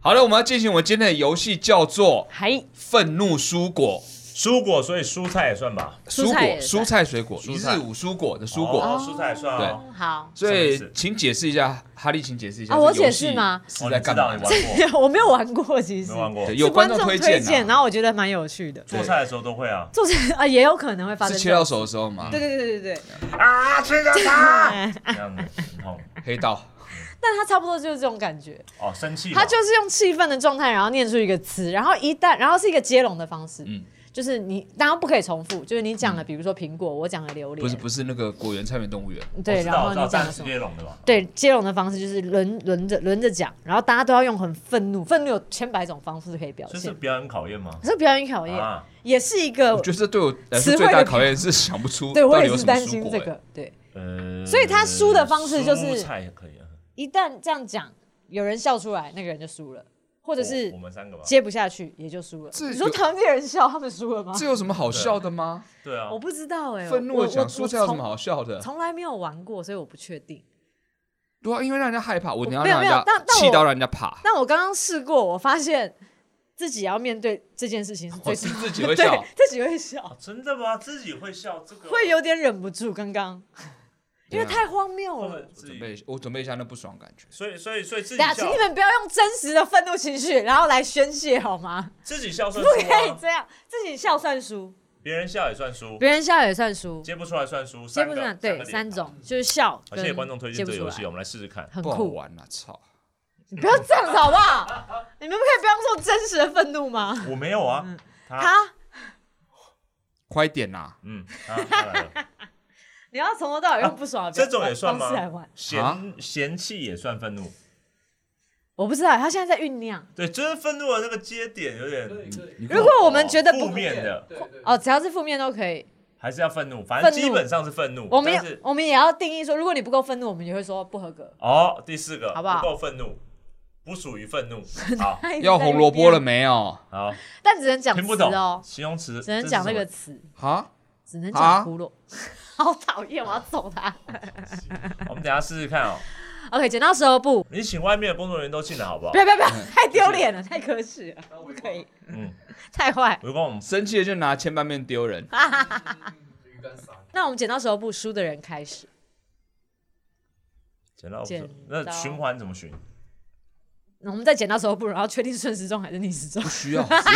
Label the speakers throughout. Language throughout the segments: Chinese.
Speaker 1: 好了，我们要进行我们今天的游戏，叫做
Speaker 2: 还
Speaker 1: 愤怒蔬果。
Speaker 3: 蔬果，所以蔬菜也算吧。
Speaker 1: 蔬
Speaker 2: 蔬
Speaker 1: 果
Speaker 2: 菜、也算
Speaker 1: 蔬菜、水果，一
Speaker 3: 蔬菜
Speaker 1: 日五蔬果的蔬果。，
Speaker 3: 哦蔬菜也算哦。
Speaker 2: 好
Speaker 1: 所
Speaker 3: 什么
Speaker 1: 以
Speaker 3: 意思，
Speaker 1: 请解释一下，哈利，请解释一下。
Speaker 2: 啊我解释吗？
Speaker 1: 是
Speaker 3: 哦，
Speaker 1: 在
Speaker 3: 你知
Speaker 1: 干
Speaker 3: 道
Speaker 1: 嘛
Speaker 3: 你玩
Speaker 1: 的？
Speaker 3: 过，
Speaker 2: 我没有玩过，其实
Speaker 3: 没玩过
Speaker 1: 对。
Speaker 2: 是
Speaker 1: 有观众
Speaker 2: 推
Speaker 1: 荐
Speaker 2: 荐，
Speaker 1: 啊，
Speaker 2: 然后我觉得蛮有趣的。
Speaker 3: 做菜的时候都会啊。
Speaker 2: 做成啊，也有可能会发生
Speaker 1: 是切
Speaker 2: 这种
Speaker 1: 到手的嗯时候嘛？
Speaker 2: 对对对对对，
Speaker 3: 啊，吃掉它！这样子嗯很痛。
Speaker 1: 黑道。
Speaker 2: 但他差不多就是这种感觉，
Speaker 3: 哦，生气了。
Speaker 2: 他就是用气氛的状态，然后念出一个词，然后一旦，然后是一个接龙的方式，
Speaker 1: 嗯
Speaker 2: 就是你当然不可以重复，就是你讲了，比如说苹果，我讲了榴莲，
Speaker 1: 不是不是那个果园菜园动物园，
Speaker 2: 对，然后你讲
Speaker 3: 暂
Speaker 2: 了
Speaker 3: 时
Speaker 2: 什么？
Speaker 3: 接龙的吧。
Speaker 2: 对，接龙的方式就是轮轮着轮着讲，然后大家都要用很愤怒，愤怒有千百种方式可以表
Speaker 3: 这是
Speaker 2: 现。
Speaker 3: 表演考验吗？
Speaker 2: 可是表演考验、
Speaker 3: 啊，
Speaker 2: 也是一个
Speaker 1: 我，觉得这对我来说
Speaker 2: 词汇
Speaker 1: 最
Speaker 2: 的
Speaker 1: 大的考验是 想不出
Speaker 2: 对
Speaker 1: 到
Speaker 2: 我
Speaker 1: 底
Speaker 2: 也
Speaker 1: 有
Speaker 2: 是
Speaker 1: 什么
Speaker 2: 担
Speaker 1: 蔬
Speaker 2: 心
Speaker 1: 果。
Speaker 2: 这
Speaker 1: 欸
Speaker 2: 个。对，
Speaker 3: 呃，
Speaker 2: 所以他输的方式就是
Speaker 3: 蔬菜也可以啊，
Speaker 2: 一旦这样讲，有人笑出来，那个人就输了，或者
Speaker 1: 哦
Speaker 3: 我
Speaker 2: 是
Speaker 3: 我们三个吧。
Speaker 2: 接不下去也就输了。
Speaker 1: 这
Speaker 2: 你说
Speaker 1: 有
Speaker 2: 唐姐人笑，他们输了吗？
Speaker 1: 这有什么好笑的吗？
Speaker 3: 对啊
Speaker 2: 我，不知道哎、
Speaker 1: 愤怒
Speaker 2: 我
Speaker 1: 的讲蔬菜有什么？
Speaker 2: 我我
Speaker 1: 好笑的
Speaker 2: 从？从来没有玩过，所以我不确定。
Speaker 1: 对啊，因为让人家害怕，我你要
Speaker 2: 没有
Speaker 1: 让人家
Speaker 2: 没有但但我
Speaker 1: 气到让人家怕，
Speaker 2: 但我刚刚试过，我发现自己要面对这件事情是
Speaker 1: 我
Speaker 2: 最
Speaker 1: 是
Speaker 2: 痛
Speaker 1: 哦
Speaker 2: 苦
Speaker 1: 自己
Speaker 2: 的
Speaker 1: 会
Speaker 2: 对
Speaker 1: 笑。
Speaker 2: 自己会笑
Speaker 3: 哦，真的吗？自己会笑这个？
Speaker 2: 会有点忍不住。刚刚因为
Speaker 1: 对啊
Speaker 2: 太荒谬
Speaker 3: 会
Speaker 2: 了
Speaker 3: 会。自
Speaker 1: 准
Speaker 3: 己
Speaker 1: 备，我准备一下那不爽的感觉。
Speaker 3: 所以所以所以自己
Speaker 2: 大家，
Speaker 3: 笑
Speaker 2: 请啊你，们不要用真实的愤怒情绪，然后来宣泄好吗？
Speaker 3: 自己笑算
Speaker 2: 不可
Speaker 3: 输
Speaker 2: 以
Speaker 3: 啊，
Speaker 2: 这样，自己笑算输，
Speaker 3: 别人笑也算输，
Speaker 2: 别人笑也算输。
Speaker 3: 接不出来算输，
Speaker 2: 接
Speaker 3: 三
Speaker 2: 不
Speaker 3: 个
Speaker 2: 上，对，
Speaker 3: 个点
Speaker 2: 三。种就是笑
Speaker 3: 好，
Speaker 2: 跟
Speaker 3: 谢谢观众推荐这个游
Speaker 2: 接不
Speaker 3: 戏，哦
Speaker 2: 出来
Speaker 3: 我们来试试看。
Speaker 2: 很
Speaker 1: 不好
Speaker 2: 酷。
Speaker 1: 玩啊！操，
Speaker 2: 你不要这样子好不好？ 你们可以不要说真实的愤怒吗？
Speaker 3: 我没有啊，
Speaker 2: 嗯
Speaker 3: 他，
Speaker 2: 他，
Speaker 1: 快点呐！
Speaker 3: 嗯，他他来了，
Speaker 2: 你要从头到尾用不爽的
Speaker 3: 啊这种也算
Speaker 2: 方式来
Speaker 3: 吗
Speaker 2: 玩？？
Speaker 1: 啊
Speaker 3: 嫌嫌弃也算愤怒，
Speaker 2: 我不知道，他现在在酝酿。
Speaker 3: 对，就是愤怒的那个节点有点
Speaker 1: 你
Speaker 2: 如果我们觉得不
Speaker 3: 负面的，
Speaker 2: 哦，只要是负面都可以。
Speaker 3: 还是要愤怒，反正
Speaker 2: 愤怒
Speaker 3: 基本上是愤怒。
Speaker 2: 我们
Speaker 3: 但是
Speaker 2: 也我们也要定义说，如果你不够愤怒，我们也会说不合格。
Speaker 3: 哦，第四个，
Speaker 2: 好不好
Speaker 3: 够愤怒，不属于愤怒。 好，
Speaker 2: 他一直在
Speaker 1: 要红萝卜了
Speaker 2: 酝酿，
Speaker 1: 没哦有？
Speaker 3: 好，
Speaker 2: 但只能讲
Speaker 3: 听不
Speaker 2: 词
Speaker 3: 懂
Speaker 2: 哦，
Speaker 3: 形容词，
Speaker 2: 只能讲
Speaker 3: 这
Speaker 2: 那
Speaker 3: 是
Speaker 2: 个
Speaker 3: 什么
Speaker 2: 词，
Speaker 1: 啊，
Speaker 2: 只能
Speaker 1: 啊
Speaker 2: 讲胡萝。 好讨厌，我要揍他。
Speaker 3: 我们等一下试试看哦。
Speaker 2: OK，剪刀石头布，
Speaker 3: 你请外面的工作人员都进来好不好
Speaker 2: 不？要不要不要，
Speaker 1: 嗯
Speaker 2: 太丢脸了，太可耻了，不可以，
Speaker 3: 嗯，
Speaker 2: 太坏。
Speaker 3: 如果我们
Speaker 1: 生气了就拿千拌面丢 人。
Speaker 2: 那我们剪刀石头布输的人开始，
Speaker 3: 剪到
Speaker 2: 剪
Speaker 3: 那
Speaker 2: 刀
Speaker 3: 循环怎么循？
Speaker 2: 我们再剪刀石头布，然后确定顺时钟还是逆时钟
Speaker 1: 不。需要，直接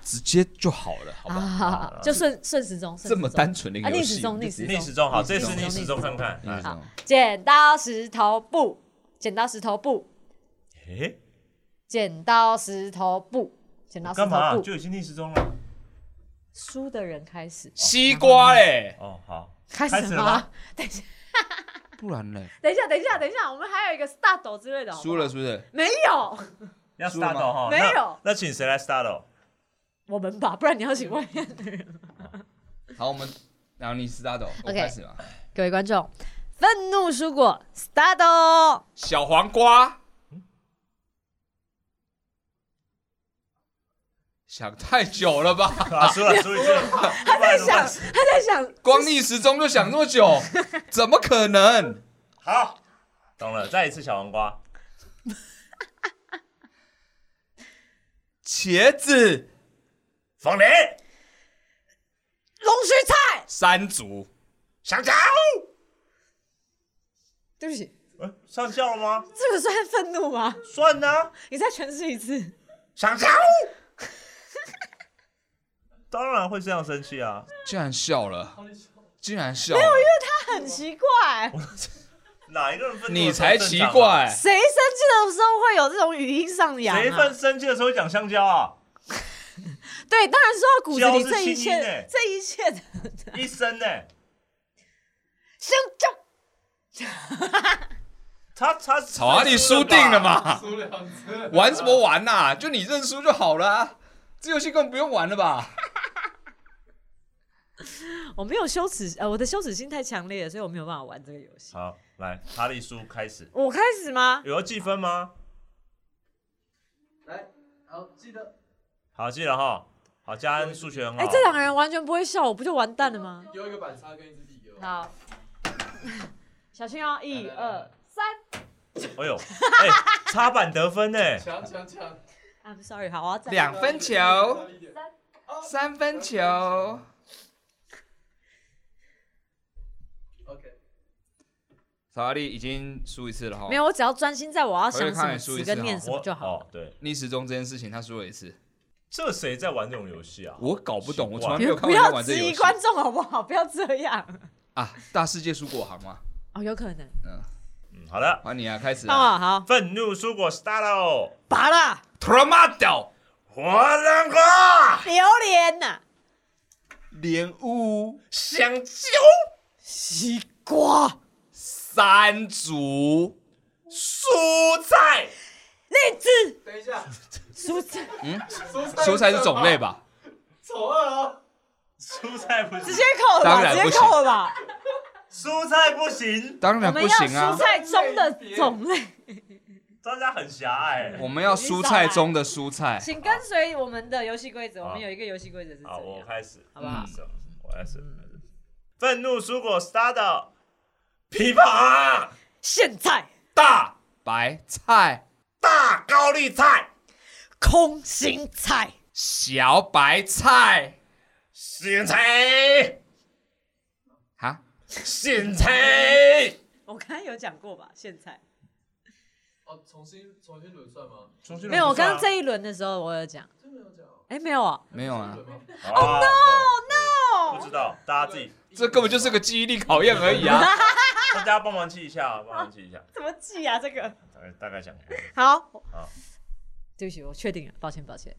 Speaker 1: 直接就好了，好不
Speaker 2: 啊
Speaker 1: 好？
Speaker 2: 好，好 好就顺顺时钟，顺时
Speaker 1: 这
Speaker 2: 钟
Speaker 1: 么单纯的一个
Speaker 2: 啊
Speaker 1: 游
Speaker 2: 逆
Speaker 1: 戏，
Speaker 2: 时钟
Speaker 1: 你就
Speaker 2: 逆时
Speaker 1: 直接嗯
Speaker 2: 钟
Speaker 3: 逆时钟好，这次
Speaker 2: 逆
Speaker 3: 逆
Speaker 2: 时
Speaker 3: 时
Speaker 2: 钟
Speaker 3: 钟看看。
Speaker 2: 嗯
Speaker 1: 逆时
Speaker 3: 哎
Speaker 1: 钟。
Speaker 2: 剪刀石头布，剪刀石头布，
Speaker 3: 诶，
Speaker 2: 剪刀石头布，剪刀石
Speaker 3: 干嘛啊
Speaker 2: 头布。
Speaker 3: 就已经逆时钟了？
Speaker 2: 输的人开始，
Speaker 1: 西瓜嘞，
Speaker 3: 哦，好，
Speaker 2: 开
Speaker 3: 始了吗
Speaker 2: 始了吗？ 等一下，
Speaker 1: 不然嘞，
Speaker 2: 等一下，等一下，等一下，我们还有一个 start 斗之类的。好不好
Speaker 1: 输了是不是？
Speaker 2: 没有？
Speaker 3: 要
Speaker 1: 输了
Speaker 3: start
Speaker 1: 吗
Speaker 3: 哦哈。
Speaker 2: 没
Speaker 3: 那
Speaker 2: 有
Speaker 3: 那请谁来 start 哦？
Speaker 2: 我们吧，不然你要请外面的人。
Speaker 1: 好，我们然后你是大斗，我
Speaker 2: OK
Speaker 1: 开始吧。
Speaker 2: 各位观众，愤怒蔬果 start 哦
Speaker 1: 小黄瓜，想太久了 吧？
Speaker 3: 啊，输了，输一次。他
Speaker 2: 他在想，他在想，
Speaker 1: 光逆时钟就想这么久，怎么可能？
Speaker 3: 好，懂了，再一次小黄瓜。
Speaker 1: 茄子、
Speaker 3: 冯林，
Speaker 2: 龙须菜。
Speaker 1: 山竹、
Speaker 3: 香蕉。
Speaker 2: 对不起，
Speaker 3: 呃上校了吗？
Speaker 2: 这个算愤怒吗？
Speaker 3: 算啊，
Speaker 2: 你再诠释一次。
Speaker 3: 香蕉。 当然会这样生气啊！
Speaker 1: 竟然笑了，竟然笑了，
Speaker 2: 很奇怪，
Speaker 3: 哪一个人愤怒？
Speaker 1: 你才奇。怪。啊
Speaker 2: 谁生气的时候会有这种语音上扬、
Speaker 3: 谁
Speaker 2: 啊
Speaker 3: 愤？生气的时候会讲香蕉啊？
Speaker 2: 对，当然说到骨子里，
Speaker 3: 教是
Speaker 2: 这一
Speaker 3: 心
Speaker 2: 切，
Speaker 3: 音欸
Speaker 2: 这一切的
Speaker 3: 一生呢、
Speaker 2: 香蕉，
Speaker 3: 他他
Speaker 1: 好啊，你输定了？嘛？
Speaker 4: 输两次，
Speaker 1: 玩什么玩呐、就你认输就好了、啊，这游戏根本不用玩了吧？
Speaker 2: 我没有羞耻，呃，我的羞耻心太强烈了，所以我没有办法玩这个游戏。
Speaker 3: 好，来，哈利输开始，
Speaker 2: 我开始吗？
Speaker 3: 有要计分吗？
Speaker 4: 来，好，记得
Speaker 3: 好，记得哈。好，嘉恩数学很好。
Speaker 2: 哎、这两个人完全不会笑，我不就完蛋了吗？
Speaker 4: 有一个板擦跟一支笔给我。
Speaker 2: 好，小心哦，一
Speaker 4: 来来来
Speaker 2: 二三，
Speaker 3: 哎呦，哎，插板得 分呢，
Speaker 4: 强强强！
Speaker 2: I'm sorry，好，我要再
Speaker 1: 两分球，三分球，
Speaker 4: OK，
Speaker 1: 小阿力已经输一次了哈
Speaker 2: 没。有，我只要专心在我要想
Speaker 1: 我就
Speaker 2: 什
Speaker 1: 看
Speaker 2: 么
Speaker 1: 你输一
Speaker 2: 词
Speaker 1: 次
Speaker 2: 跟
Speaker 1: 哈
Speaker 2: 念什么
Speaker 3: 我
Speaker 2: 就好了。
Speaker 3: 哦，对，
Speaker 1: 逆时钟这件事情他输了一次，
Speaker 3: 这谁在玩这种游戏啊？
Speaker 1: 我搞不懂，
Speaker 3: 奇怪
Speaker 1: 我从来
Speaker 2: 不
Speaker 1: 哦没有看过他
Speaker 2: 要不要
Speaker 1: 玩这
Speaker 2: 质
Speaker 1: 游
Speaker 2: 疑
Speaker 1: 戏
Speaker 2: 观众好不好？不 要这样
Speaker 1: 啊！大世界输果行嘛，
Speaker 2: 哦，有可能
Speaker 3: 嗯，好的，
Speaker 1: 好你啊，开始啊
Speaker 2: 啊，好，
Speaker 3: 愤怒蔬果 start 哦，
Speaker 2: 拔啦，
Speaker 1: ，Tomato
Speaker 3: 火龙果、
Speaker 2: 榴莲呐，
Speaker 1: 莲雾
Speaker 3: 香蕉、
Speaker 2: 西瓜，
Speaker 1: 山竹
Speaker 3: 蔬菜、
Speaker 2: 荔枝，
Speaker 4: 等一下，
Speaker 2: 蔬菜，
Speaker 4: 蔬 菜
Speaker 1: 蔬菜是种类？吧？
Speaker 4: 丑二哦，
Speaker 3: 蔬菜不
Speaker 2: 直
Speaker 3: 行
Speaker 2: 接，扣了
Speaker 1: 当
Speaker 2: 吧，
Speaker 1: 然
Speaker 2: 直
Speaker 1: 不
Speaker 2: 接
Speaker 1: 行
Speaker 2: 扣了吧。
Speaker 3: 蔬菜不行，
Speaker 1: 当
Speaker 2: 我
Speaker 1: 然
Speaker 2: 们
Speaker 1: 不
Speaker 2: 要
Speaker 1: 行啊
Speaker 2: 蔬，菜中的种类，
Speaker 3: 大家很狭隘。
Speaker 1: 我们要蔬菜中的蔬菜。
Speaker 2: 请跟随我们的游戏规则。
Speaker 3: 好
Speaker 2: 我们有一个游戏规则是这
Speaker 3: 好，我
Speaker 2: 样，
Speaker 3: 开始，
Speaker 2: 好不好
Speaker 3: 嗯？我开始。愤怒蔬果 start 哦，枇杷、
Speaker 2: 苋菜、
Speaker 3: 大
Speaker 1: 白菜、
Speaker 3: 大高丽菜、
Speaker 2: 空心菜、
Speaker 1: 小白菜
Speaker 3: 苋菜、
Speaker 1: 啊，
Speaker 3: 苋菜。
Speaker 2: 我刚刚有讲过吧？苋菜
Speaker 4: 哦，重新重新轮算吗？
Speaker 2: 没有，我刚刚这一轮的时候我有讲，
Speaker 4: 真没有讲哦。
Speaker 2: 哎，没有啊。
Speaker 1: 没有啊，
Speaker 3: 哦
Speaker 2: Oh，
Speaker 3: no no，不知
Speaker 2: 哦
Speaker 3: 道，大家自己，
Speaker 1: 这根本就是个记忆力考验而已啊。
Speaker 3: 大家帮忙记一下啊，帮忙记一下，
Speaker 2: 怎么记啊？这个
Speaker 3: 大概大概讲过。
Speaker 2: 好，
Speaker 3: 好
Speaker 2: 对不起，我确定了，抱歉，抱歉。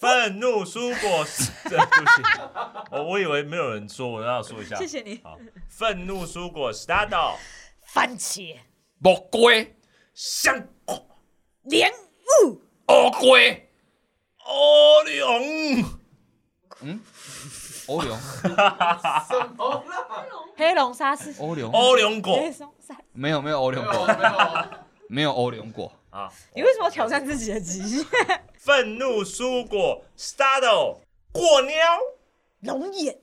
Speaker 3: 愤怒蔬果，对不起，我我以为没有人说，我要说一下，
Speaker 2: 谢谢你
Speaker 3: 好，愤怒蔬果 start，
Speaker 2: 番茄、
Speaker 1: 木龟、
Speaker 3: 香菇
Speaker 2: 莲雾、
Speaker 1: 乌龟、
Speaker 3: 欧龙
Speaker 1: 欧流、
Speaker 4: 什么啦？
Speaker 2: 黑龙沙司、
Speaker 3: 哦
Speaker 1: 欧流，
Speaker 3: 欧龙果
Speaker 2: 黑龙沙。
Speaker 1: 没有没有欧
Speaker 4: 没
Speaker 1: 流
Speaker 4: 有
Speaker 1: 过，
Speaker 4: 啊哦
Speaker 1: 没
Speaker 4: 没有，
Speaker 1: 有欧流过。
Speaker 3: 啊，
Speaker 2: 你为什么要挑战自己的极 限？
Speaker 3: 愤怒蔬果 start，过尿
Speaker 2: 龙眼、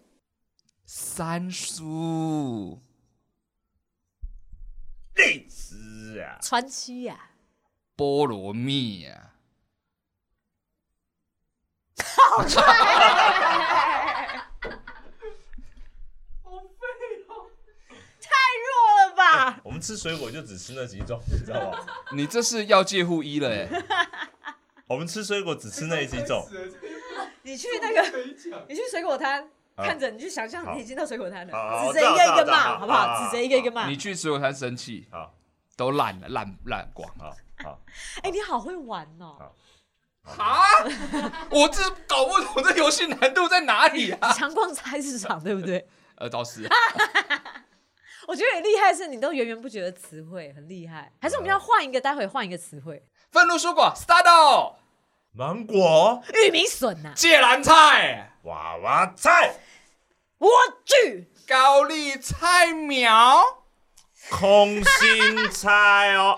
Speaker 1: 三叔，
Speaker 3: 荔枝啊，
Speaker 2: 川七呀，
Speaker 1: 菠萝蜜啊，
Speaker 2: 太弱了吧？
Speaker 3: 我们吃水果就只吃那几种，你知道吗？
Speaker 1: 你这是要戒护衣了哎、
Speaker 3: 我们吃水果只吃那几种。
Speaker 2: 你去那个，
Speaker 4: 没讲。
Speaker 2: 你去水果摊
Speaker 3: 好
Speaker 2: 看着，你去想象
Speaker 3: 好
Speaker 2: 你已经到水果摊了，
Speaker 3: 好
Speaker 2: 指着一个一个
Speaker 3: 我知道我知道
Speaker 2: 骂，好不
Speaker 3: 好好
Speaker 2: 好？
Speaker 3: 好
Speaker 2: 指着一个一个骂。
Speaker 1: 你去所有摊生气
Speaker 3: 好
Speaker 1: 都烂了，烂烂光。
Speaker 3: 好好，
Speaker 2: 哎，你好会玩哦！
Speaker 3: 好
Speaker 1: 啊！ 我这搞不懂这游戏难度在哪里 啊？
Speaker 2: 常逛菜市场，对不对？
Speaker 1: 呃，倒是
Speaker 2: 我觉得很厉害，是你都源源不绝的词汇，很厉害。还是我们要换一个，待会换一个词汇，
Speaker 1: 愤怒蔬果，start，
Speaker 3: 芒果、
Speaker 2: 玉米笋啊呐、
Speaker 1: 芥蓝菜、
Speaker 3: 娃娃菜、
Speaker 2: 莴苣、
Speaker 1: 高丽菜苗、
Speaker 3: 空心菜哦，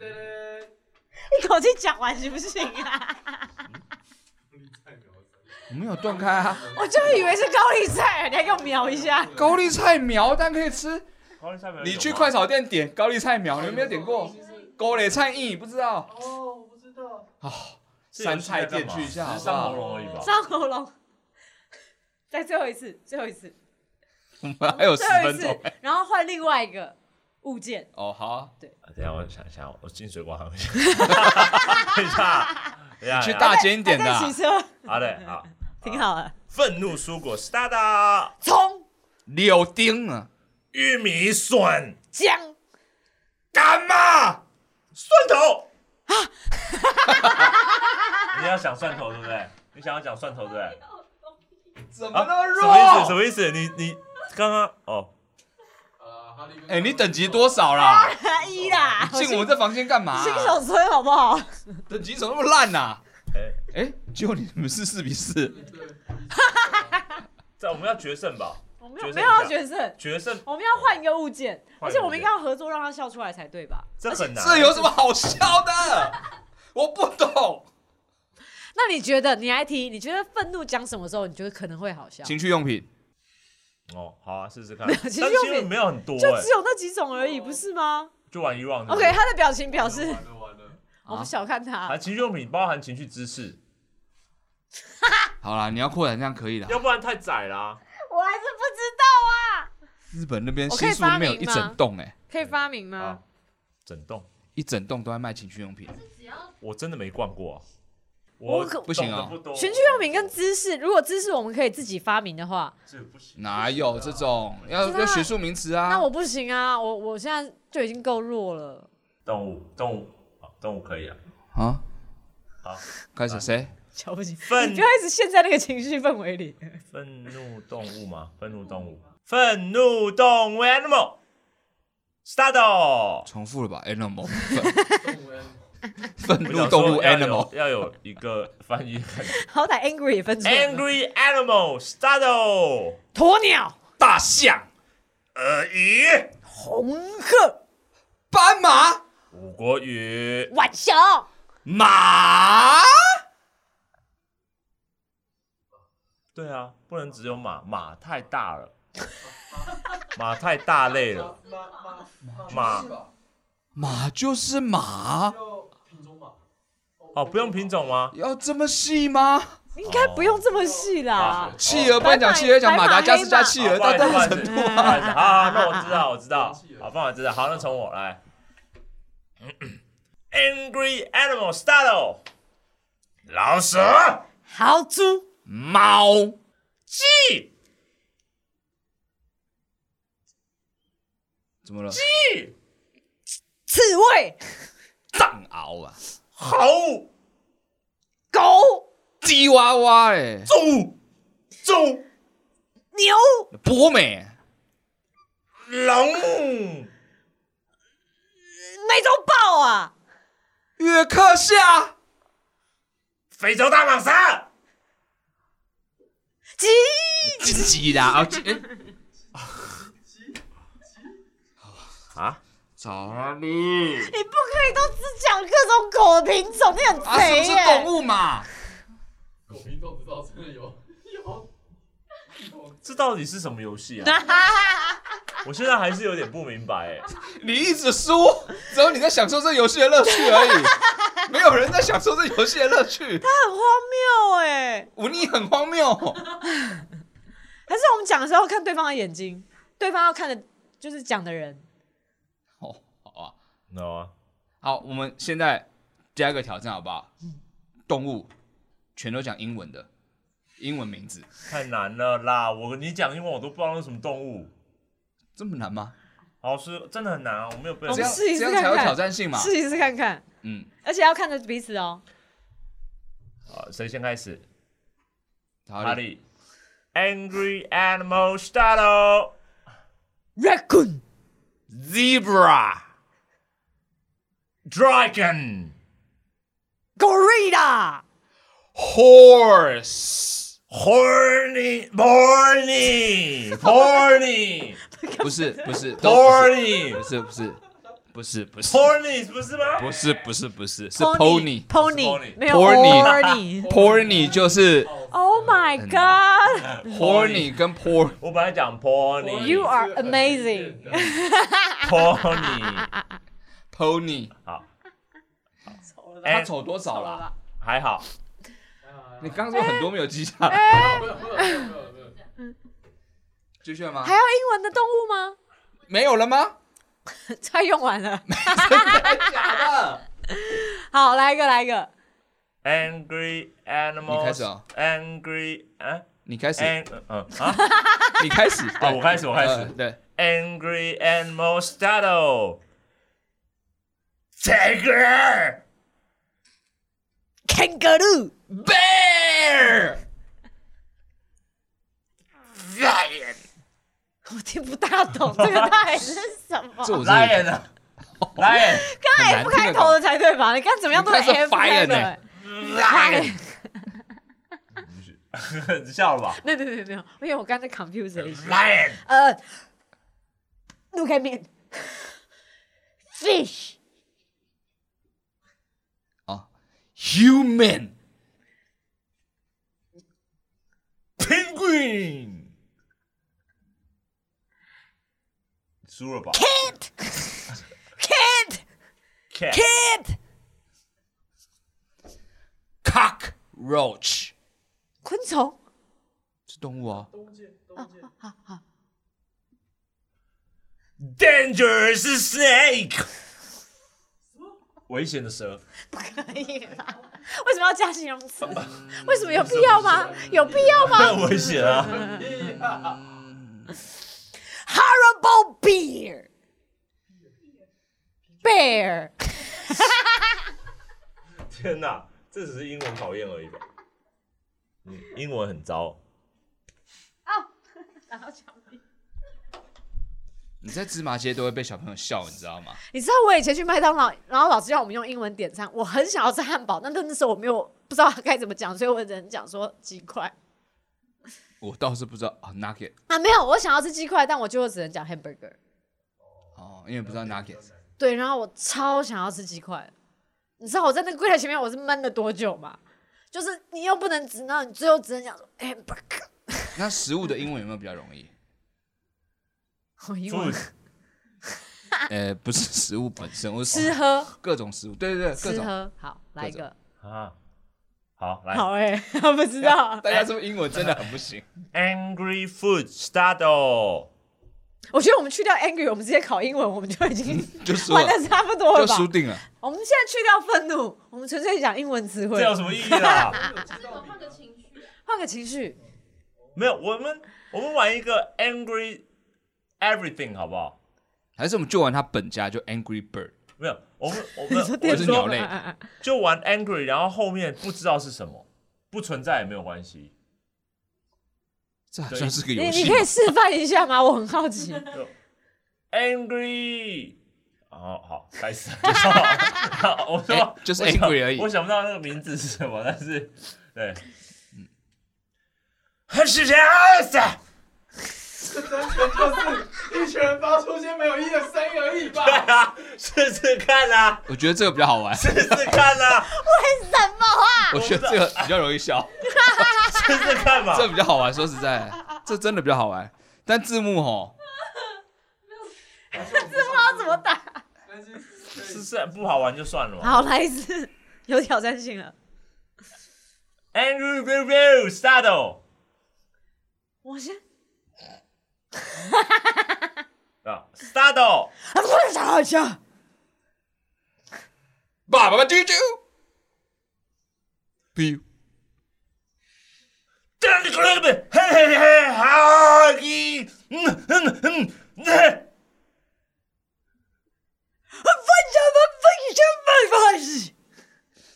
Speaker 4: 噔噔，
Speaker 2: 一口气讲完行不行啊？
Speaker 4: 菜苗子，
Speaker 1: 我没有断开啊。
Speaker 2: 我就以为是高丽菜，你还给我瞄一 下。
Speaker 1: 高丽菜苗但可以吃，
Speaker 3: 高丽菜没有
Speaker 1: 你去
Speaker 3: 吗
Speaker 1: 快炒店点高丽菜苗，你们没有点过？高丽菜意不知道？
Speaker 4: 哦，我不知道。
Speaker 1: 山菜店去一下
Speaker 3: 只
Speaker 1: 好
Speaker 3: 是
Speaker 1: 不
Speaker 3: 上
Speaker 1: 好
Speaker 3: 喉？咙而已吧。
Speaker 2: 上喉咙，再最后一次，最后一次，
Speaker 1: 我 们还有十
Speaker 2: 最后一
Speaker 1: 分
Speaker 2: 次
Speaker 1: 钟。，
Speaker 2: 然后换另外一个物件。
Speaker 1: 哦，好啊，
Speaker 3: 啊等一下我想一下，我进水果行 一下，等一下，等一下，
Speaker 1: 去
Speaker 3: 等一下
Speaker 1: 大间一点的啊
Speaker 2: 还哎在骑车，
Speaker 3: 好嘞，好，
Speaker 2: 挺好啊的。
Speaker 3: 愤怒蔬果 start，
Speaker 2: 葱、
Speaker 1: 柳丁啊，
Speaker 3: 玉米笋、
Speaker 2: 姜，
Speaker 1: 干嘛？
Speaker 3: 蒜头。 你要想蒜头对不对？你想要讲蒜头对不对？
Speaker 1: 怎
Speaker 3: 啊
Speaker 1: 么那么
Speaker 3: 什么意思？什
Speaker 1: 弱？
Speaker 3: 么意思？你你刚刚哦，
Speaker 4: 啊，哈利。
Speaker 1: 哎，你等级？多少 啊啦？
Speaker 2: 一啦，
Speaker 1: 进我们这房间干嘛啊？
Speaker 2: 啊新手村好不好？
Speaker 1: 等级怎么那么烂呐？
Speaker 3: 哎，
Speaker 1: 哎，结果你们是四比四，
Speaker 4: 对，
Speaker 3: 这我们要决胜吧？
Speaker 2: 我们有
Speaker 3: 决胜
Speaker 2: 没有要
Speaker 3: 一下
Speaker 2: 决胜？
Speaker 3: 决胜
Speaker 2: 我们要换一个物件，而
Speaker 3: 换
Speaker 2: 且
Speaker 3: 一个物件
Speaker 2: 我们应该要合作，让他笑出来才对吧？
Speaker 3: 这很难。
Speaker 1: 这有什么好笑的？我不懂。
Speaker 2: 那你觉得，你来提，你觉得愤怒讲什么时候，你觉得可能会好笑？
Speaker 1: 情趣用品，
Speaker 3: 哦，好啊，试试看。
Speaker 2: 没有其实
Speaker 3: 但
Speaker 2: 用
Speaker 3: 新闻
Speaker 2: 品
Speaker 3: 没有很多、
Speaker 2: 就
Speaker 3: 欸
Speaker 2: 只，有那几种而已，不是吗？
Speaker 3: 就玩遗
Speaker 1: 嗯
Speaker 3: 忘的。
Speaker 2: OK，他的表情表示
Speaker 4: 完了完了，
Speaker 2: 我们小看
Speaker 3: 啊，
Speaker 2: 他，
Speaker 3: 情趣用品包含情趣知识，
Speaker 1: 好啦，你要扩展这样可以啦。
Speaker 3: 要不然太窄啦。
Speaker 2: 我还是不知道啊。
Speaker 1: 日本那边
Speaker 2: 我可以
Speaker 1: 新宿
Speaker 2: 发
Speaker 1: 没有
Speaker 2: 明
Speaker 1: 一
Speaker 2: 吗
Speaker 1: 整栋哎、
Speaker 2: 可以发明
Speaker 3: 啊
Speaker 2: 吗？，
Speaker 3: 整栋
Speaker 1: 一整栋都在卖情趣用品。
Speaker 5: 是只要
Speaker 3: 我真的没逛过啊，
Speaker 2: 我可
Speaker 3: 懂
Speaker 1: 不行
Speaker 3: 得
Speaker 1: 啊
Speaker 3: 不多
Speaker 2: 情趣用品跟知识，如果知识我们可以自己发明的话，
Speaker 3: 这个不行，
Speaker 1: 哪有这种要
Speaker 2: 不知道
Speaker 1: 要学术名词啊？
Speaker 2: 那我不行啊，我我现在就已经够弱了。
Speaker 3: 动物动物啊，动物可以啊。
Speaker 1: 啊，
Speaker 3: 好，
Speaker 1: 开始谁？
Speaker 2: 瞧不起，
Speaker 3: 愤
Speaker 2: 你不要一直陷在那个情绪氛围里。
Speaker 3: 愤怒动物吗？愤怒动物，愤怒动物 animal。Start！
Speaker 1: 重复了吧？Animal
Speaker 4: 动物园
Speaker 1: 愤愤怒动物
Speaker 3: 我想说
Speaker 1: Animal
Speaker 3: 要有要有一个 翻译感觉。
Speaker 2: 好歹 angry 也分出来了
Speaker 3: Angry animal start！
Speaker 2: 鸵鸟、
Speaker 1: 大象、
Speaker 3: 鳄鱼，
Speaker 2: 红鹤、
Speaker 1: 斑马、
Speaker 3: 五国语，
Speaker 2: 浣熊、
Speaker 1: 马。
Speaker 3: 对啊，不能只有马，马太大 了，马太大类了，
Speaker 4: 马马马
Speaker 3: 马
Speaker 4: 是吧
Speaker 1: 马就是马，
Speaker 4: 要品种马
Speaker 3: 哦，不用品种吗？
Speaker 1: 要这么细吗？
Speaker 2: 应该不用这么细啦。
Speaker 1: 企鹅不能讲企鹅，讲哦马达加斯加企鹅，
Speaker 3: 好
Speaker 1: 到
Speaker 3: 不好
Speaker 1: 大
Speaker 3: 意思
Speaker 1: 程度啊
Speaker 3: 不好意思不好意思好好，那我知道，我知道，好，帮我知道，好，那从我来。Angry animal start！老鼠，
Speaker 2: 豪猪、
Speaker 1: 猫
Speaker 3: 鸡，
Speaker 1: 怎么了？
Speaker 2: 刺猬、
Speaker 1: 藏獒啊，
Speaker 3: 猴，
Speaker 2: 狗、
Speaker 1: 吉娃娃哎，
Speaker 3: 猪，猪，
Speaker 2: 牛、
Speaker 1: 博美
Speaker 3: 龙，
Speaker 2: 美洲豹啊、
Speaker 1: 约克夏
Speaker 3: 非洲大蟒蛇。
Speaker 2: 鸡、
Speaker 1: 鸡鸡啦， 啊鸡哎，
Speaker 3: 啊，
Speaker 1: 哪里？
Speaker 2: 你不可以都只讲各种狗的品种，你很
Speaker 1: 啊，什么
Speaker 2: 贼
Speaker 1: 是
Speaker 2: 耶、
Speaker 1: 动物嘛？
Speaker 4: 狗品种知道真的有
Speaker 1: 啊
Speaker 4: 有
Speaker 3: 这到底是什么游戏 啊？我现在还是有点不明白哎、
Speaker 1: 你一直输，只有你在享受这游戏的乐趣而 已，没有人在享受这游戏的乐趣。
Speaker 2: 它很荒谬哎、
Speaker 1: 我你很荒 谬，
Speaker 2: 还是我们讲的时候看对方的眼睛，对方要看的就是讲的人。
Speaker 1: 哦，好啊，
Speaker 3: 你知道吗？
Speaker 1: 好，我们现在加一个挑战好不好？动物全都讲英文的，英文名字
Speaker 3: 太难了啦！我你讲英文我都不知道那是什么动物，
Speaker 1: 这么难吗？
Speaker 3: 老师真的很难啊，我没有背
Speaker 2: 我
Speaker 1: 这
Speaker 2: 们
Speaker 1: 样
Speaker 2: 试一试
Speaker 1: 这样
Speaker 2: 看
Speaker 1: 才有
Speaker 2: 看
Speaker 1: 挑战性嘛。
Speaker 2: 试一试看看，
Speaker 1: 嗯，
Speaker 2: 而且要看着彼此哦。
Speaker 3: 啊。谁先开始？
Speaker 1: 好
Speaker 3: 哈，利。Angry Animal Shadow
Speaker 2: Raccoon、
Speaker 3: Zebra Dragon
Speaker 2: Gorilla、
Speaker 1: horse
Speaker 3: Horny Horny Horny
Speaker 1: 不是不是都不
Speaker 3: Horny
Speaker 1: 是不是不是不是
Speaker 3: Horny 不是吗？
Speaker 1: 不是不是不是是
Speaker 2: Pony、
Speaker 3: Pony
Speaker 2: Pony，没有
Speaker 1: Pony
Speaker 2: Horny。
Speaker 1: porny 就是
Speaker 4: 哦
Speaker 2: Oh my God！
Speaker 1: horny 跟 por
Speaker 3: 我本来讲
Speaker 2: You
Speaker 3: Pony
Speaker 2: are
Speaker 4: 是很
Speaker 2: amazing
Speaker 4: 简单
Speaker 3: Pony
Speaker 1: pony，
Speaker 3: 好，
Speaker 1: 他
Speaker 3: 哎，
Speaker 1: 走多少啦？
Speaker 3: 还好，
Speaker 4: 哎
Speaker 1: 你
Speaker 4: 呀
Speaker 1: 刚刚说很多没有记下来，
Speaker 4: 哎呀没有没有没有没有没有，
Speaker 1: 继续吗
Speaker 2: 还？有英文的动物吗？
Speaker 1: 没有了吗？
Speaker 2: 快用完了。
Speaker 1: 假的，
Speaker 2: 好，来一个，来一个。
Speaker 3: Angry animals.
Speaker 1: 你开始啊
Speaker 3: Angry 啊
Speaker 1: 你开始，
Speaker 3: ，ang uh, 嗯啊
Speaker 1: 你开始，
Speaker 3: 哦
Speaker 1: 对
Speaker 3: 我开始我开始
Speaker 1: 呃对，
Speaker 3: ，Angry animals startle. Tiger,
Speaker 2: Kangaroo、
Speaker 1: bear
Speaker 3: lion,
Speaker 2: 我听不大懂这个到底是什么。
Speaker 1: 这我真的
Speaker 3: lion 啊，lion,
Speaker 2: 刚才
Speaker 1: 很难
Speaker 2: F
Speaker 1: 听得
Speaker 2: 开
Speaker 1: 懂
Speaker 2: 头的才对吧？你看怎么样都是
Speaker 1: 你看是
Speaker 2: F 开
Speaker 1: fire
Speaker 2: 头
Speaker 1: 呢
Speaker 2: 欸。
Speaker 3: lion，你笑了吧
Speaker 2: 没有没有没有没有，因为我刚才 confuse 了一下。
Speaker 3: ？lion,
Speaker 2: 呃，look at me，fish
Speaker 1: 啊，human
Speaker 3: penguin，输了吧
Speaker 2: cat cat
Speaker 3: cat
Speaker 2: Kid
Speaker 1: cockroach
Speaker 2: 昆虫，
Speaker 1: 是动物啊，
Speaker 4: 东界东界，
Speaker 3: dangerous snake，危险的蛇，
Speaker 2: 不可以啦！为什么要加形容词？为什么有必要吗？有必要 吗
Speaker 3: 很危险啊！
Speaker 4: 哎呀，
Speaker 2: ？Horrible beer bear
Speaker 3: 天哪，这只是英文考验而已吧？你英文很糟，
Speaker 2: 打到墙壁。
Speaker 1: 你在芝麻街都会被小朋友笑，你知道吗？
Speaker 2: 你知道我以前去麦当劳，然后老师让我们用英文点餐，我很想要吃汉堡，但那时候我没有不知道该怎么讲，所以我只能讲说鸡块
Speaker 1: 我倒是不知道啊，nugget
Speaker 2: 啊，没有，我想要吃鸡块，但我就只能讲 hamburger。
Speaker 1: 哦，因为不知道 nugget，
Speaker 2: 对，然后我超想要吃鸡块，你知道我在那个柜台前面我是闷了多久吗？就是你又不能只那，你最后只能讲说 hamburger。
Speaker 1: 那食物的英文有没有比较容易？
Speaker 2: 我哦英
Speaker 3: 猪
Speaker 2: 文
Speaker 1: 呃，不是食物本身，我是
Speaker 2: 啊吃喝
Speaker 1: 各种食物，对对对，各
Speaker 2: 吃
Speaker 1: 种。
Speaker 2: 喝，好来一
Speaker 1: 各种
Speaker 2: 个，
Speaker 3: 啊，好来
Speaker 2: 好哎、不 知道，
Speaker 1: 大家是不是英文真的很不 行？
Speaker 3: ，angry food startle，
Speaker 2: 我觉得我们去掉 angry，我们直接考英文，我们就已经
Speaker 1: 嗯就输
Speaker 2: 玩
Speaker 1: 了，
Speaker 2: 的差不多了
Speaker 1: 就
Speaker 2: 吧？
Speaker 1: 输定了。
Speaker 2: 我们现在去掉愤怒，我们纯粹讲英文词汇
Speaker 3: 这，有什么意义啊啦？
Speaker 4: 知
Speaker 5: 这个
Speaker 4: 道
Speaker 5: 换个情绪，
Speaker 2: 换个情绪。
Speaker 3: 没有，我们我们玩一个 angry everything 好不好？
Speaker 1: 还是我们就玩他本家，就 Angry Bird，
Speaker 3: 没有，我们我们
Speaker 1: 我
Speaker 3: 我
Speaker 1: 是
Speaker 3: 是
Speaker 1: 鸟
Speaker 3: 说
Speaker 1: 类，
Speaker 3: 就玩 angry，然后后面不知道是什么，不存在也没有关系。
Speaker 1: 这还算是个
Speaker 2: 你
Speaker 1: 游
Speaker 2: 你
Speaker 1: 戏
Speaker 2: 可
Speaker 1: 吗
Speaker 2: 以？示范一下吗？我很好奇。
Speaker 3: angry，哦，好，开始。好我说
Speaker 1: 哎就是
Speaker 3: 我想
Speaker 1: angry 而已
Speaker 3: 我想不到那个名字是什么，但是对，嗯，是这样子。
Speaker 4: 这单纯就是一群人发出些没有意义的声音而已
Speaker 3: 对
Speaker 4: 吧。
Speaker 3: 啊，试试看啦，
Speaker 1: 我觉得这个比较好玩，
Speaker 3: 试试看啦，
Speaker 2: 什么啊？
Speaker 1: 我觉得这个比较容易笑，
Speaker 3: 试试看嘛。
Speaker 1: 这比较好玩。说实在，这真的比较好玩。但字幕吼，
Speaker 4: 这
Speaker 2: 怎么打？
Speaker 4: 担心可
Speaker 3: 试
Speaker 4: 以
Speaker 3: 试不好玩就算了嘛。
Speaker 2: 好，来一次，有挑战性了。
Speaker 3: Angry View View Saddle
Speaker 2: 我先，
Speaker 3: 啊，Saddle
Speaker 2: 我想一下，
Speaker 1: 爸爸啾啾，B，
Speaker 3: 噔噔噔噔，嘿嘿嘿，好一，嗯嗯嗯，那
Speaker 2: 分什么分什么分什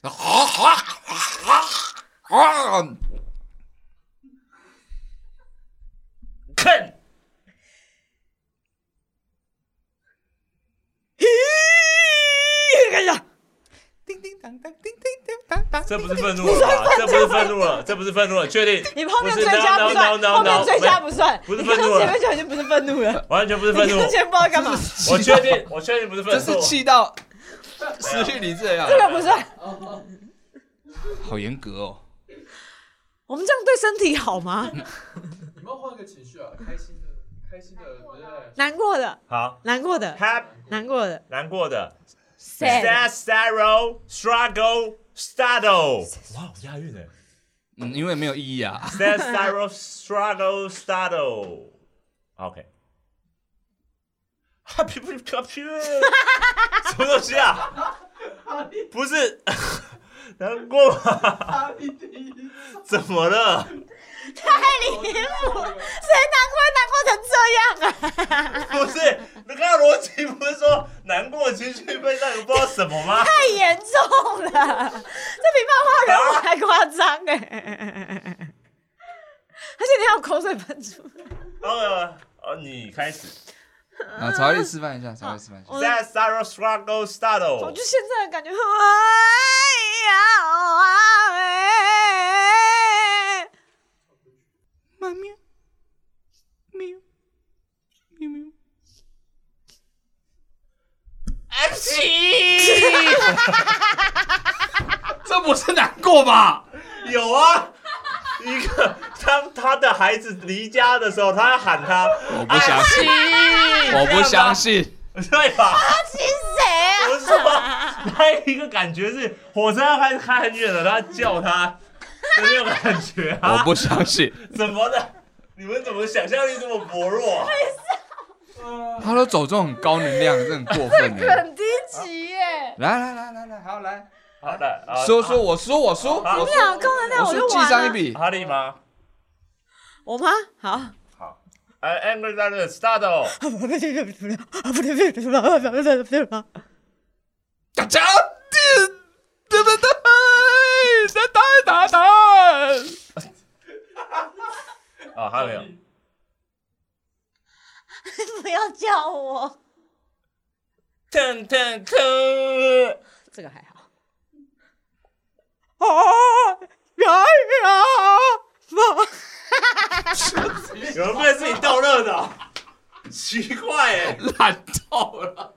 Speaker 1: 啊啊啊啊！
Speaker 3: 看
Speaker 2: 咦，看一下，
Speaker 1: 叮叮当当，叮叮当当
Speaker 3: 这不是愤怒了吧？这不是愤怒了，这不是愤怒了，确定？
Speaker 2: 你后面追加不
Speaker 3: 不是，no, no,
Speaker 2: 算，
Speaker 3: no, no,
Speaker 2: 后面追加不算，
Speaker 3: 不是
Speaker 2: 你刚
Speaker 3: 愤
Speaker 2: 刚
Speaker 3: 怒了
Speaker 2: 前面就已经不是愤怒了，
Speaker 3: 完全不是
Speaker 2: 你
Speaker 3: 愤
Speaker 2: 刚
Speaker 3: 怒
Speaker 2: 刚，前面不知道干嘛，
Speaker 3: 我确定，我确定不是愤
Speaker 1: 这
Speaker 3: 怒
Speaker 1: 是。气到失去理智啊！
Speaker 2: 这个不算。
Speaker 1: 好严格哦。
Speaker 2: 我们这样对身体好吗？
Speaker 4: 你们换个情绪啊，开心的，开心的，对不对？
Speaker 2: 难过的，
Speaker 3: 好
Speaker 2: 难过的，
Speaker 3: ，Happy
Speaker 2: 难过的
Speaker 3: 难过的
Speaker 2: ，sad，
Speaker 3: ，Sorrow Struggle Saddle，哇，押韵哎
Speaker 1: 嗯，因为没有意义啊。
Speaker 3: ，Sad Sorrow Struggle Saddle，OK。Happy Computer，什么东西啊？不是难过吗？
Speaker 4: 哈利第一次，
Speaker 3: 怎么了？
Speaker 4: 我知道了
Speaker 2: 谁难过难过成这样啊？
Speaker 3: 不是，那刚刚逻辑不是说难过情绪被那个不知道什么吗？
Speaker 2: 太严重了，这比漫画人物还夸张哎！而且你还有口水喷出来，
Speaker 3: 呃，呃，你开始。
Speaker 1: 啊，曹丽示范一下，曹丽示范一下。
Speaker 2: 我
Speaker 3: That sorrow struggle
Speaker 2: 我就
Speaker 3: startle。
Speaker 2: 现在的感觉，哎呀啊哎！
Speaker 1: 妈咪，喵，喵喵。
Speaker 3: 安琪，
Speaker 1: 这不是难过吧？
Speaker 3: 有啊，一个当他的孩子离家的时候，他还喊他，哎
Speaker 1: 我不相信，我不相信，
Speaker 3: 对吧？
Speaker 2: 是谁啊？
Speaker 3: 我是说，他一个感觉是火车要开开很远了，他叫他，有没有感觉
Speaker 1: 我
Speaker 3: 啊？
Speaker 1: 不相信，
Speaker 3: 怎么的？你们怎么想象力这么薄弱、啊？
Speaker 1: 他都走这种高能量，这很过分的。
Speaker 2: 很低级耶！
Speaker 1: 来来来来来，好来，
Speaker 3: 好的，啊
Speaker 1: 说说我输我输
Speaker 3: 啊
Speaker 1: 我
Speaker 2: 你
Speaker 1: 输，
Speaker 2: 好高能量，
Speaker 1: 我
Speaker 2: 就
Speaker 1: 输记
Speaker 2: 完
Speaker 1: 上一
Speaker 2: 了。
Speaker 1: 笔。
Speaker 3: 哈利吗？
Speaker 2: 我吗？好。
Speaker 3: 好，哎，Angry d a r d
Speaker 1: 大
Speaker 3: start。
Speaker 1: 家，哒哒哒，哒哒哒哒。
Speaker 3: 啊，还有没有？
Speaker 1: 嗯
Speaker 2: 不要叫我，
Speaker 3: 腾腾腾，
Speaker 2: 这个还好。啊，人啊，妈！
Speaker 3: 有人不能自己逗乐的哦，奇怪哎、
Speaker 1: 烂透了，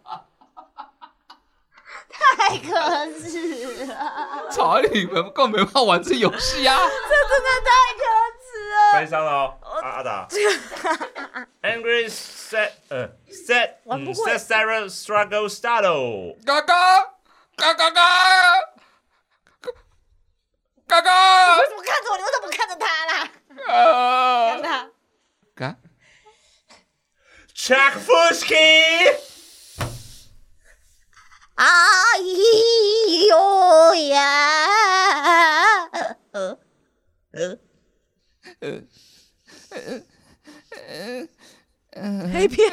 Speaker 2: 太可耻了，
Speaker 1: 操你们根本没办法玩这游戏啊！
Speaker 2: 这真的太可耻了。
Speaker 3: 悲伤了哦，
Speaker 2: 呃
Speaker 3: 阿阿达。Angry set，呃，set，
Speaker 2: 玩不
Speaker 3: 嗯
Speaker 2: 过
Speaker 3: ，set Sarah struggle start。哦。
Speaker 1: 嘎嘎嘎嘎嘎嘎嘎
Speaker 2: 怎么看着我？你为什么看着他啦？
Speaker 1: 嘎
Speaker 2: 看他，
Speaker 1: 嘎，
Speaker 3: Check Fushki，
Speaker 2: 哎呦呀！呃呃呃黑片。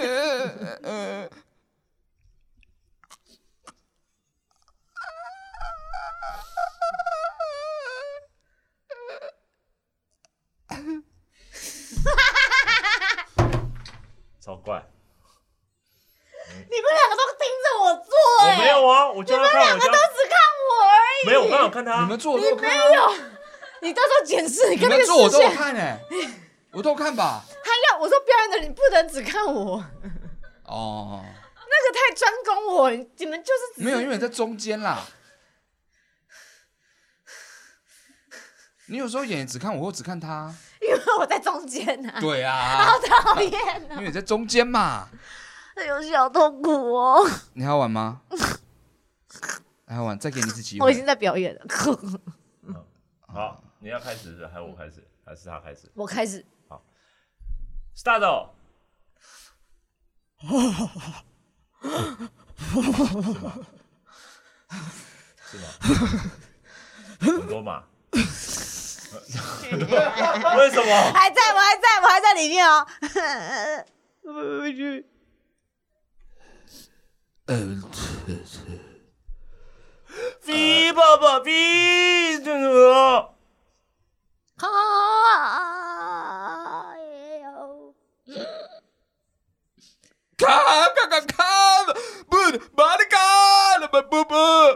Speaker 3: 超怪。
Speaker 2: 你们两个都盯着我做、
Speaker 3: 我
Speaker 2: 欸，
Speaker 3: 没有啊，我就要看，我就要
Speaker 2: 只看我而已。哎
Speaker 3: 没有，我刚好看他
Speaker 1: 你们做我都有看啊，
Speaker 2: 你到时候检视，你
Speaker 1: 你
Speaker 2: 看那
Speaker 1: 们
Speaker 2: 个
Speaker 1: 做我
Speaker 2: 视
Speaker 1: 都有
Speaker 2: 线，
Speaker 1: 看哎，我都有看吧？
Speaker 2: 他要我说表演的你不能只看我，
Speaker 1: 哦，
Speaker 2: 那个太专攻我，你们就是只
Speaker 1: 没有，因为你在中间啦。你有时候演只看我，或只看他。
Speaker 2: 因为我在中间啊，
Speaker 1: 对啊
Speaker 2: 好，讨厌
Speaker 1: 因
Speaker 2: 啊，
Speaker 1: 为你在中间嘛。
Speaker 2: 这游戏好痛苦哦，
Speaker 1: 你还要玩吗？还要玩？再给你一次机
Speaker 2: 我已经
Speaker 1: 会。
Speaker 2: 在表演了，
Speaker 3: 好，你要开始是还是我开始，还是他开始
Speaker 2: 我开始，
Speaker 3: ？Start 哦。是吗？是吗？很多嘛？ 为什么？
Speaker 2: 还在我还在我还在里面哦， 哎
Speaker 1: 呃，
Speaker 3: 哔爸爸哔，这个
Speaker 2: 啊，哎呦
Speaker 1: 卡卡卡卡，不，把你卡了，不不不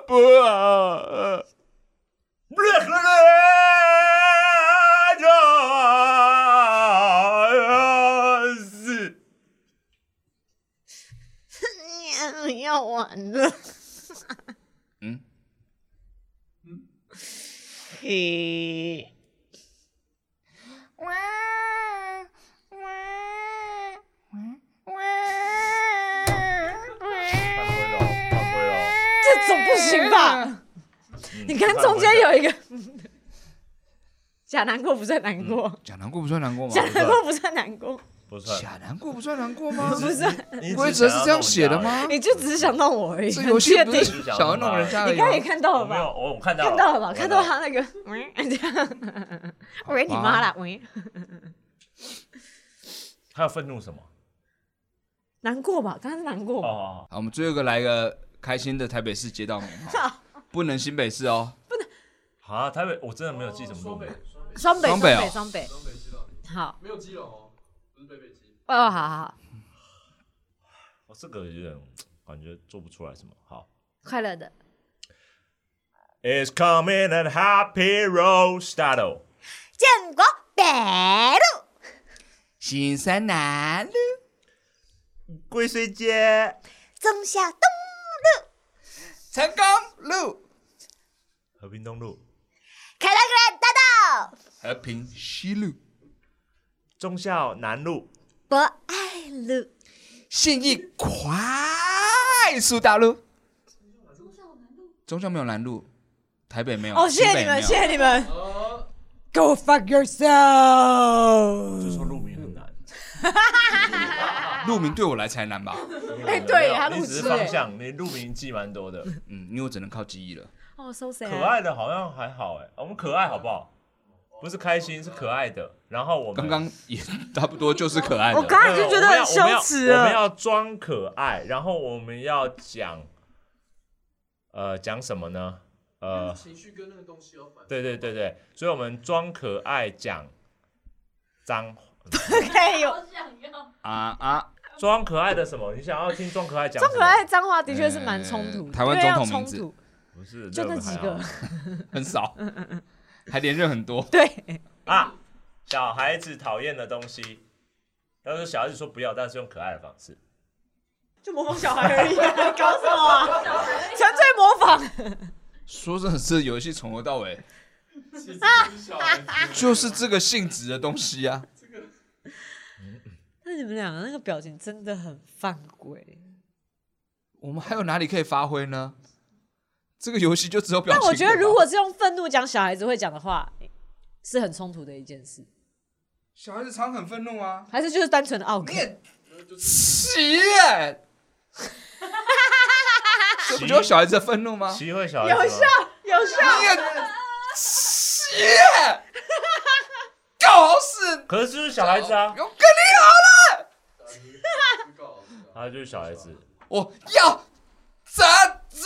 Speaker 1: 不啊！
Speaker 2: 你不要玩了。
Speaker 1: 嗯，
Speaker 2: 嘿，哇哇哇哇！这总不行吧？你看中间有一个 假难过，不算难过，
Speaker 1: 假难过不算难过吗？
Speaker 2: 假难过不算难过，
Speaker 3: 不算，
Speaker 1: 假难过不算难过吗？
Speaker 2: 不是，
Speaker 1: 规则是这样写的？吗？
Speaker 2: 你就只是想弄我而已。
Speaker 1: 这
Speaker 2: 很
Speaker 1: 游戏
Speaker 2: 确
Speaker 1: 不
Speaker 2: 定
Speaker 1: 是想要弄人家而
Speaker 2: 你
Speaker 1: 已
Speaker 2: 刚才也
Speaker 1: 吗？
Speaker 2: 看到
Speaker 3: 我
Speaker 2: 了
Speaker 3: 没有，
Speaker 2: 吧？
Speaker 3: 我我看到
Speaker 2: 看到了吧？看到 他那个，喂，这样， 喂你妈啦，喂，
Speaker 3: 他要愤怒什么？
Speaker 2: 难过吧？刚刚是难过吧？
Speaker 3: 哦，
Speaker 1: 好，我们最后一个来个开心的台北市街道名号，不能新北市哦。
Speaker 3: 啊，台北我真的没有记什么
Speaker 4: 双
Speaker 3: 路
Speaker 4: 北，，双北，
Speaker 2: 双北，
Speaker 1: 双
Speaker 2: 双
Speaker 1: 北哦
Speaker 2: 北，双北。
Speaker 4: 双北知道，
Speaker 2: 好，
Speaker 4: 没有基隆哦，不是北北基。
Speaker 2: 哦，好好好，
Speaker 3: 我这个有点感觉做不出来什么。好
Speaker 2: 快乐的。
Speaker 3: ，It's coming a happy road start。
Speaker 2: 建国北路，
Speaker 1: 新山南路，
Speaker 3: 龟水街，
Speaker 2: 中孝东，
Speaker 1: 成功路，
Speaker 3: 和平东路，
Speaker 2: 凯拉格兰大道，
Speaker 1: 和平西路，
Speaker 3: 忠孝南路，
Speaker 2: 博爱路，
Speaker 1: 信义快快速大陆，
Speaker 5: 中校南路，
Speaker 1: 中校没有拦路，台北没有，
Speaker 2: 哦，谢
Speaker 1: 啊新
Speaker 2: 谢
Speaker 1: 北
Speaker 2: 你
Speaker 1: 没
Speaker 2: 们，
Speaker 1: 有
Speaker 2: 谢谢你们。
Speaker 4: 哦，
Speaker 2: Go fuck
Speaker 3: 就
Speaker 2: yourself！
Speaker 3: 说路名很难，
Speaker 1: 路名对我来才难吧？
Speaker 2: 哎对
Speaker 3: 没有
Speaker 2: 他路
Speaker 3: 你只是
Speaker 2: 痴
Speaker 3: 方
Speaker 2: 哎
Speaker 3: 向，你路名记蛮多的。
Speaker 1: 嗯，因为我只能靠记忆了。
Speaker 2: 哦，so sad。
Speaker 3: 可爱的好像还好哎，我们可爱好不好？不是开心，是可爱的。然后我们
Speaker 1: 刚刚也差不多就是可爱
Speaker 2: 我刚
Speaker 1: 的。
Speaker 2: 刚已经觉得很羞耻
Speaker 3: 我们要我
Speaker 2: 了。
Speaker 3: 们要装可爱，然后我们要讲，呃，讲什么呢？
Speaker 4: 那个
Speaker 3: 呃，
Speaker 4: 情绪跟那个东西要反。
Speaker 3: 对对对对，所以我们装可爱讲脏，
Speaker 2: 可以有
Speaker 5: 好想要。
Speaker 1: 啊啊！
Speaker 3: 装可爱的什么？你想要听装可爱讲？
Speaker 2: 装可爱，脏话的确是蛮冲突
Speaker 1: 呃
Speaker 2: 的，
Speaker 1: 台湾
Speaker 2: 因为要
Speaker 1: 总统名字
Speaker 2: 冲突
Speaker 3: 不是
Speaker 2: 就那几个，
Speaker 1: 很少，还连任很多。
Speaker 2: 对，
Speaker 3: 啊，小孩子讨厌的东西。要是小孩子说不要，但是用可爱的方式。
Speaker 2: 就模仿小孩而已、啊，搞什么 啊？纯粹模仿。
Speaker 1: 说真的，这游戏从头到尾
Speaker 4: 其实就是小孩子，
Speaker 1: 就是这个性质的东西啊。
Speaker 4: 这个
Speaker 2: 那你们两个那个表情真的很犯规，
Speaker 1: 我们还有哪里可以发挥呢？这个游戏就只有表
Speaker 2: 但
Speaker 1: 情。
Speaker 2: 我觉得如果是用愤怒讲小孩子会讲的话，是很冲突的一件事，
Speaker 1: 小孩子常很愤怒啊，
Speaker 2: 还是就是单纯的傲
Speaker 1: 你
Speaker 2: 客？
Speaker 1: 也奇 耶，这不就是小孩子的愤怒吗？
Speaker 3: 奇会小孩子吗
Speaker 2: 哦有效有效，
Speaker 1: 你也奇耶，搞死！
Speaker 3: 可是就是小孩子啊
Speaker 1: 我，跟你好了。
Speaker 4: 不搞 了不搞了
Speaker 3: 他啊就是小孩子。
Speaker 1: 我要怎怎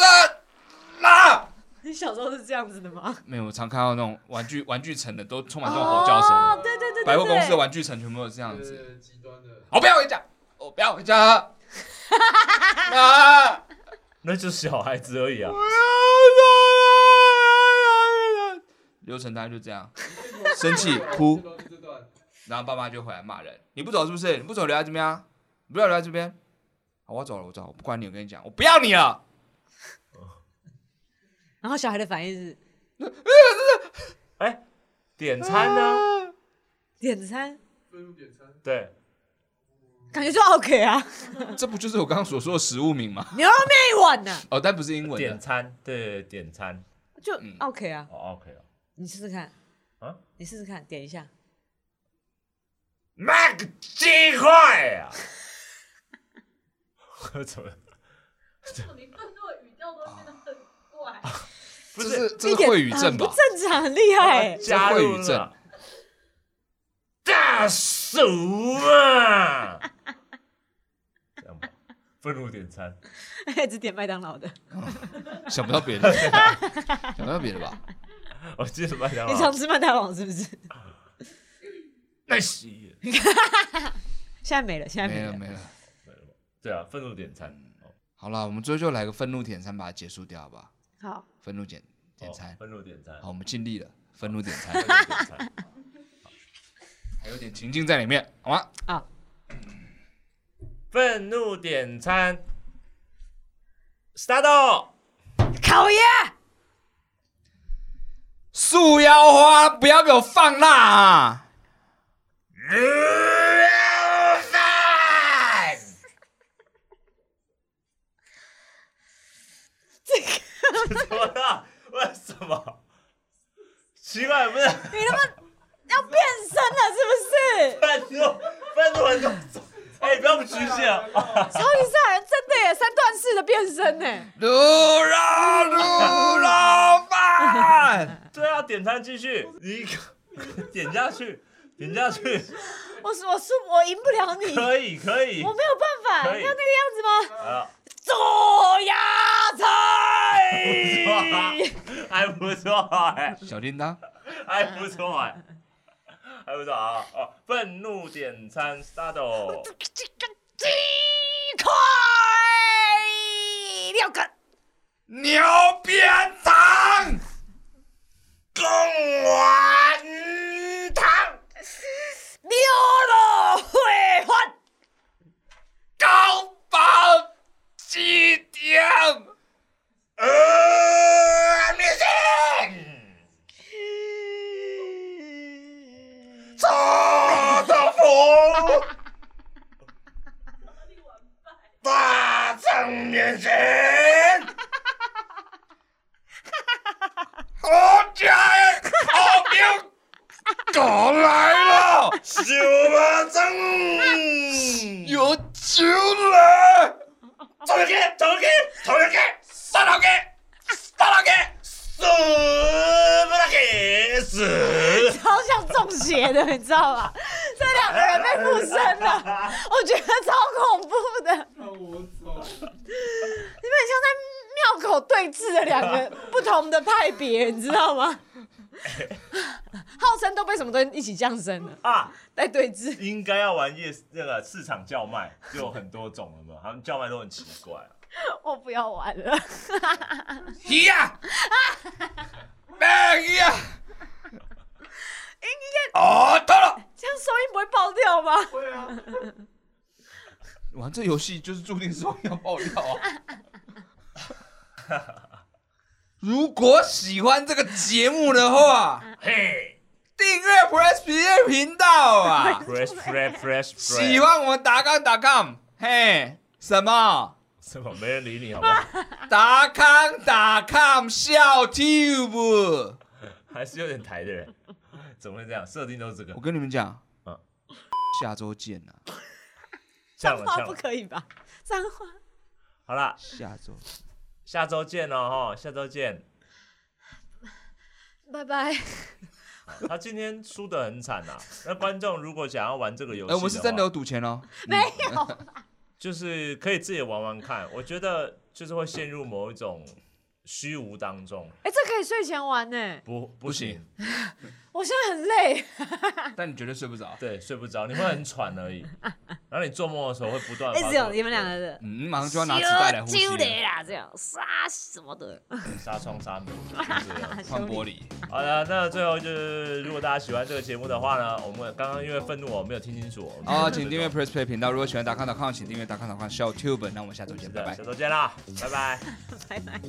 Speaker 1: 啦？
Speaker 2: 你小时候是这样子的吗？
Speaker 1: 没有，我常看到那种玩具玩具城的都充满这种吼叫声，
Speaker 2: 哦，对对对对对，
Speaker 1: 百货公司的玩具城全部都是这样
Speaker 4: 对
Speaker 1: 子。
Speaker 4: 对极端的。
Speaker 1: 我不要回家，我不要回家。啊！
Speaker 3: 那就是小孩子而已啊。
Speaker 1: 刘成丹就这样，生气哭，然后爸妈就回来骂人：“你不走是不是？你不走留在这边啊！你不要留在这边。好，我走了，我走了，我不管你，我跟你讲，我不要你了。
Speaker 2: 然后小孩的反应是
Speaker 3: 哎、点餐呢？
Speaker 2: 啊点餐，
Speaker 4: 分入点餐，
Speaker 3: 对，
Speaker 2: 感觉就 OK 啊，
Speaker 1: 这不就是我刚刚所说的食物名吗？
Speaker 2: 牛肉面一碗呢、
Speaker 1: 哦，但不是英文
Speaker 3: 点
Speaker 1: 的。
Speaker 3: 餐，对，点餐。
Speaker 2: 就
Speaker 1: 嗯
Speaker 2: OK 啊，
Speaker 3: 哦，OK 了。
Speaker 2: 你试试看
Speaker 3: 啊，
Speaker 2: 你试试看，点一下，
Speaker 3: 卖个鸡块啊！ 怎么？
Speaker 5: 你愤怒的语调都变得很怪，
Speaker 3: 不
Speaker 1: 这是
Speaker 3: 是
Speaker 1: 这是
Speaker 2: 点
Speaker 1: 会语症
Speaker 2: 很
Speaker 1: 吧？
Speaker 2: 不正常，很厉害、欸。
Speaker 3: 加入
Speaker 1: 这会语
Speaker 3: 了
Speaker 1: 症
Speaker 3: 大叔嘛，这样吧，愤怒点餐。
Speaker 2: 只点麦当劳的，
Speaker 1: 想不到别的，想不到别的吧？
Speaker 3: 我记得麦当
Speaker 2: 你常
Speaker 3: 劳。
Speaker 2: 吃麦当劳是 不是？
Speaker 3: 那是。
Speaker 2: 现在没了，现在
Speaker 1: 没
Speaker 2: 没
Speaker 1: 了
Speaker 2: 了。
Speaker 1: 没了。
Speaker 3: 对啊，愤怒点餐。
Speaker 1: 嗯
Speaker 3: 哦
Speaker 1: 好了，我们最后就来个愤怒点餐，把它结束掉，好吧？
Speaker 2: 好，
Speaker 1: 愤怒点点餐
Speaker 3: 哦，愤怒点餐。
Speaker 1: 好，我们尽力了，愤怒点餐
Speaker 3: 愤，怒点 餐。
Speaker 1: 还有点情境在里面，好吗？
Speaker 3: 愤怒点餐，start！
Speaker 2: 烤鸭，
Speaker 1: 素腰花，不要给我放辣啊！
Speaker 3: 怎么了？ 为什么？奇怪，不是
Speaker 2: 你他妈要变身了是 不是？
Speaker 3: 愤怒，愤怒很多种。哎、不要不局限啊！
Speaker 2: 超级吓人，真的耶，三段式的变身呢。
Speaker 1: 卤肉卤肉饭，
Speaker 3: 对啊，点餐继续，你点下去，点下去，
Speaker 2: 我输，我输，我赢不了你，
Speaker 3: 可以，可以
Speaker 2: 我。没有办法，
Speaker 3: 可以
Speaker 2: 要那个样子吗？
Speaker 3: 啊，
Speaker 2: 做鸭
Speaker 3: 不
Speaker 2: 菜。
Speaker 3: 错啊， 还不错哎、
Speaker 1: 小叮当，
Speaker 3: 还不错哎、还不错啊！哦，愤怒点餐，start！
Speaker 2: 这个鸡块六个，
Speaker 1: 牛鞭糖，
Speaker 3: 贡丸汤
Speaker 2: 牛肉烩饭，
Speaker 1: 高宝鸡丁，
Speaker 3: 呃，面线，臭豆腐，大肠面线，给死！
Speaker 2: 超像中邪的，你知道吗？这两个人被附身了，我觉得超恐怖的，你们
Speaker 4: 让我走。
Speaker 2: 很像在庙口对峙的两 个不同的派别，你知道吗？ 号称都被什么东西一起降生了，
Speaker 3: 啊，
Speaker 2: 在对峙。
Speaker 3: 应该要玩夜那个市场叫卖，就有很多种了嘛，他们叫卖都很奇怪、啊。
Speaker 2: 我不要玩了，
Speaker 1: 鱼呀，啊鱼呀，哦，到了。
Speaker 2: 这样收音不会爆掉吗？
Speaker 4: 会啊，
Speaker 1: 玩这游戏就是注定是要爆料啊！如果喜欢这个节目的话，
Speaker 3: 嘿
Speaker 1: 订阅 Press Play 频道 啊！
Speaker 3: ，fresh fresh fresh，
Speaker 1: 喜欢我们达康达康，嘿，什么
Speaker 3: 什么没人理你好吧？
Speaker 1: 达康达康笑 Tube？
Speaker 3: 还是有点台的人，怎么会这样？设定都是这个
Speaker 1: 我，跟你们讲
Speaker 3: 嗯，
Speaker 1: 下周见啊！
Speaker 3: 像了
Speaker 2: 话
Speaker 3: 像
Speaker 2: 啊不
Speaker 3: 了。
Speaker 2: 可以吧？脏话。
Speaker 3: 好啦，
Speaker 1: 下周见
Speaker 3: 下周见哦，哈，下周见。
Speaker 2: 拜拜。
Speaker 3: 他今天输得很惨啊。那观众如果想要玩这个游戏
Speaker 1: 哎，
Speaker 3: 的话，
Speaker 1: 我们是真的有赌钱哦，
Speaker 2: 没有，
Speaker 3: 就是可以自己玩玩看。我觉得就是会陷入某一种虚无当中，
Speaker 2: 哎，这可以睡前玩呢。
Speaker 3: 不不
Speaker 1: 不行，
Speaker 2: 我现在很累，
Speaker 1: 嗯但你绝对睡不着。
Speaker 3: 对，睡不着，你会很喘而已。然后你做梦的时候会不断发
Speaker 2: 哎，
Speaker 3: 出，
Speaker 2: 只有你们两个人。
Speaker 1: 嗯，马上
Speaker 2: 哦
Speaker 1: 就要拿纸袋来呼吸
Speaker 2: 啾嘞
Speaker 1: 了，
Speaker 2: 啦，这样杀什么的。
Speaker 3: 纱窗纱门。就是这样
Speaker 1: 换玻璃。
Speaker 3: 好的，那最后就是，如果大家喜欢这个节目的话呢，我们刚刚因为愤怒我没有听清楚，
Speaker 1: 好、哦请订阅 Press Play 频道。如果喜欢达康达康，请订阅达康达康 Show Tube。那我们下周见，
Speaker 3: 是
Speaker 1: 拜
Speaker 3: 的，
Speaker 1: 拜
Speaker 3: 下。周见啦，拜拜。
Speaker 2: 拜拜。